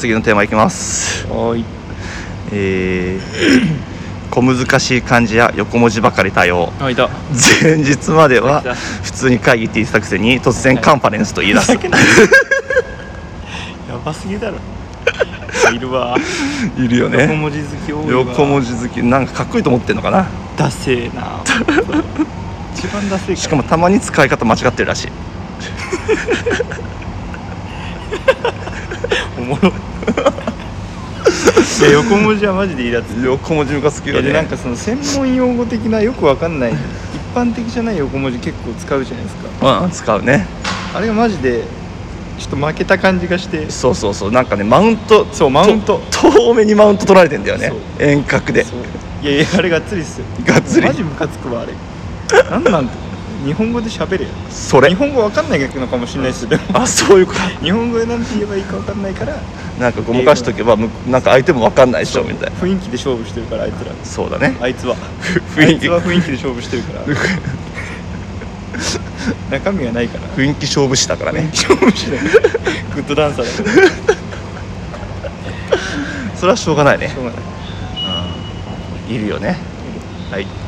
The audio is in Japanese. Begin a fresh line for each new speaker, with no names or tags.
次のテーマいきます
はい
え ー小難しい漢字や横文字ばかり対応
あいた
前日までは
来た
普通に会議って言ってたくせに突然カンファレンスと言い出 す
やばすぎだろ いるわ
いるよ
横
ね
文字好き多いわ
横文字好きなんかかっこいいと思ってんのかな
ダセえな一番ダセえ
しかもたまに使い方間違ってるらしい
おもろいいや横文字はマジでイラつく
横文字が好き
い
よ
やで
ね
なんかその専門用語的なよくわかんない一般的じゃない横文字結構使うじゃないですか
うん使うね
あれがマジでちょっと負けた感じがして
そうそうそうなんかねマウント
そうマウント
と遠目にマウント取られてんだよね
そう
遠隔で
そういやいやあれがっつりっすよ
がっつり
マジムカつくわあれなんなんて日本語で喋れよ
そ
日
れ
本語わかんないのかもしれないですよでも
あそういうこと
日本語でなんて言えばいいかわかんないから
なんかごまかしとけばむなんか相手も分かんないでしょみたいな
雰囲気で勝負してるからあいつら
そうだね
あいつは
雰囲気
あいつは雰囲気で勝負してるから 中身がないから
雰囲気勝負師だからね
勝負しないグッドダンサーだからし
それはしょうがないね
ょうがない
いるよねはい